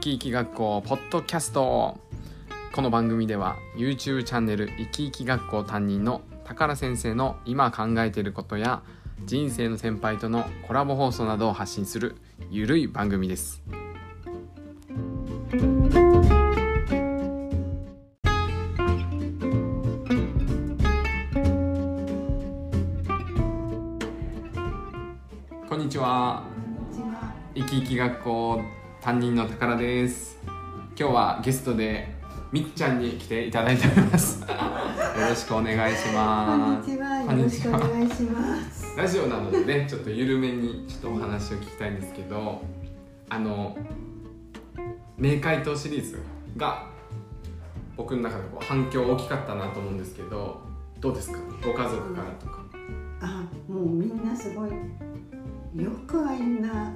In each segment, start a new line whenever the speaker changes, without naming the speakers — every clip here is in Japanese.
きいき学校ポッドキャストこの番組では YouTube チャンネル「いきいき学校担任」の高原先生の今考えていることや人生の先輩とのコラボ放送などを発信するゆるい番組ですこんにちは生き生き学校担任の宝です今日はゲストでみっちゃんに来ていただいております よろしくお願いし
こん
ま
に
す
ちは。
こん
よろ
にち
しく
は
お願いします。
ラジオなのでねちょっと緩めにちょっとお話を聞きたいんですけどあの名回答シリーズが僕の中でこう反響大きかったなと思うんですけどどうですかご家族からとか
あ、もうみんなすごい。よくあんな。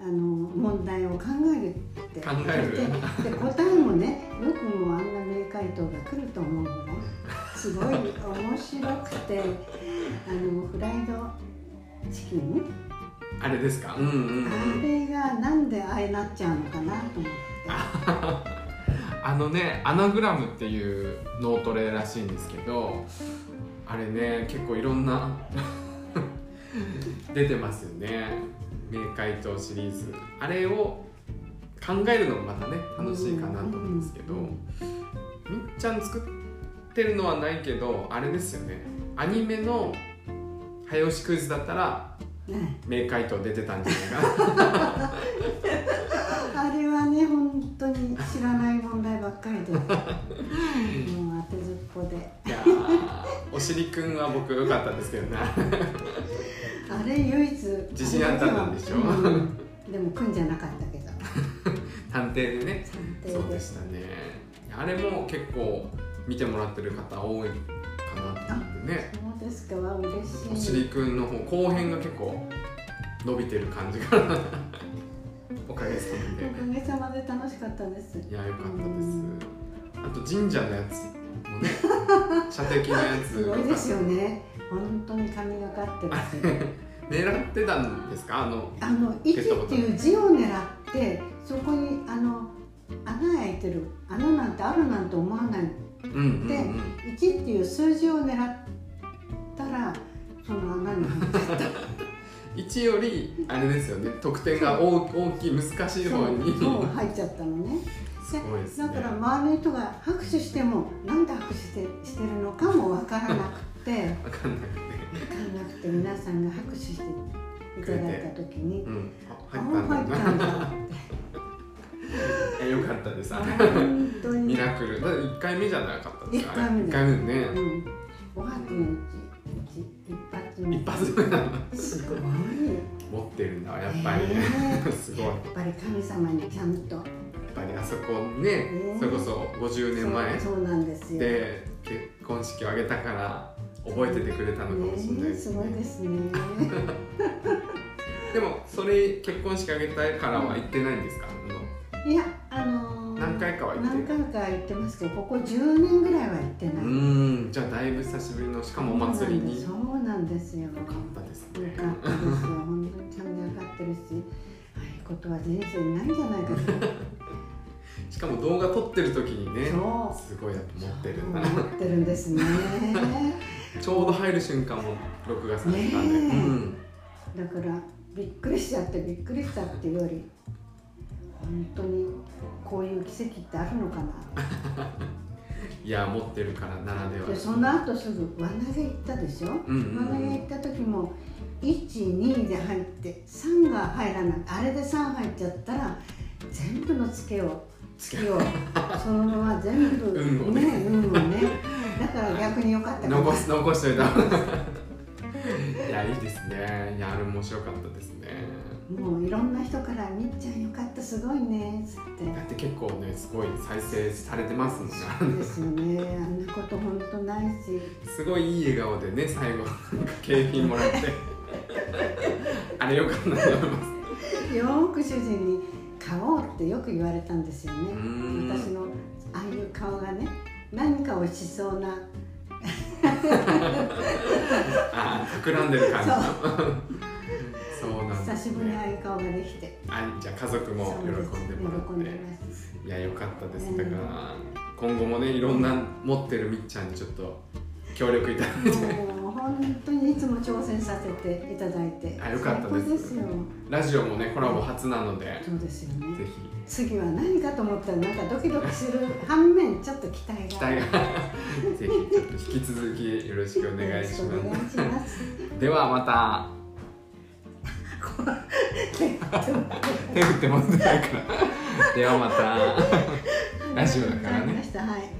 あの問題を考えるって。
考える
で、で答えもね、よくもあんな名回答が来ると思うのね。すごい面白くて。あのフライド。チキン。
あれですかうんうんう
あ
ん
れがなんでああなっちゃうのかなと思って。
あのねアナグラムっていう脳トレらしいんですけどあれね結構いろんな 出てますよね名回答シリーズあれを考えるのもまたね楽しいかなと思うんですけど、
うんうん
みっちゃん作ってるのはないけどあれですよねアニメの早押しクイズだったら
ね。
名回答出てたんじゃないかな
あれはね本当に知らない問題ばっかり でもう当てずっぽで
いやーおしりくんは僕良かったですけどね
あれ唯一
自信あったんでしょ
うんでも組んじゃなかったけど
探偵でね
探
そう
偵
で
で
したねあれも結構見てもらってる方多いかなと思ってね
そうですかは
お
嬉
し
しい
りくんの方後編が結構伸びてる感じかなおかげさま
お
で
かげさまで楽しかったです
いやよかったですあと神社のやつもね 射的のやつ
す
と
ご
か
いですよね本当に神がかってるし
狙ってたんですかあの
あの「息」っていう字を狙ってそこにあの穴が開いてる穴なんてあるなんて思わない
うんうんうん
で1っていう数字を狙ったらその穴に入っちゃった
1よりあれですよね得点が大大きい難しい
そ
方に
うそう入っちゃったのね
すごいですね
だから周りの人が拍手してもなんで拍手してしてるのかもわからなくて
分かんなくて
分かんなくて皆さんが拍手していただいた時に
うん
「
あ
あ
入
も
っ
う
た
入
ん
っ
だ
たんだ」って
えよかったです。あれ
本当に
ミラクル。だって一回目じゃなかったですか。
一回目
一回目
う
ね。
ん5発のうち一一発目
一発目なの。
すごい
持ってるんだやっぱりね。
ね
すごい。や
やっぱり神様にちゃんと
っぱりあそこね
ね、
それこそ50年前
そうそうなんですよ
で結婚式を挙げたから覚えててくれたのかもしれない
ね
で
え
す
すごい
ね
で。す ね。
でもそれ結婚式挙げたからは行ってないんですか。
いや、あのー
何回かは行ってる
何回か行ってますけど、ここ10年ぐらいは行って
あ
ない。
のうーん。じゃあだいぶ久しぶりのしかもお祭りに。よ
そ
か
うなんですよ。よか
ったですね。
ったですよ。本当にちゃんと分かってるし、ああいうことは人生にないんじゃないかと。
しかも動画撮ってる時にね。
そ
すごいやっぱ
う。
持ってるんだな
そう。持ってるんですね。
ちょうど入る瞬間も録画されてたんで、
ねえ
うん、
だからびっくりしちゃってびっくりしたっていうより、本当にこういう奇跡ってあるのかな。
いや持ってるからならでは
でその後すぐ輪投げ行ったでしょ、
うんうんうん
輪投げ行った時も12で入って3が入らないあれで3入っちゃったら全部のツケをツ ケをそのまま全部
運をね
運をねだから逆に良かったか
残
も
す 残しといたいやいいですねいやあれ面白かったですね
もういろんな人から「みっちゃんよかったすごいね」っつって
だって結構ねすごい再生されてますもんね
そうですよねあんなこと本当ないし
すごいいい笑顔でね最後 なんか景品もらって あれよかったなと思います
よく主人に「買おう」ってよく言われたんですよね
うーん
私のああいう顔がね何かをしそうな
ああ企んでる感じ
そう
のす そうなんで
久
す
しぶりにああ
ね
いう顔ができて
あじゃあ家族も喜んでもら
喜
っ
んで
て
ます
いやよかったで
う
す
ん
だから今後もねいろんな持ってるみっちゃんにちょっと協力いただいて
もう本当にいつも挑戦させていただいて
あよかったです
最高ですよ
ラジオもねコラボ初なのでぜ
そうですよね
ひ
次は何かと思ったらなんかドキドキする反面ちょっと期待
期
が
待が ぜひちょっと引き続きよろしくお願いし
よろくお
ま
願いします
すではまた手振ってもんでないからではまたラジオだから
わかり
ね
ましたはい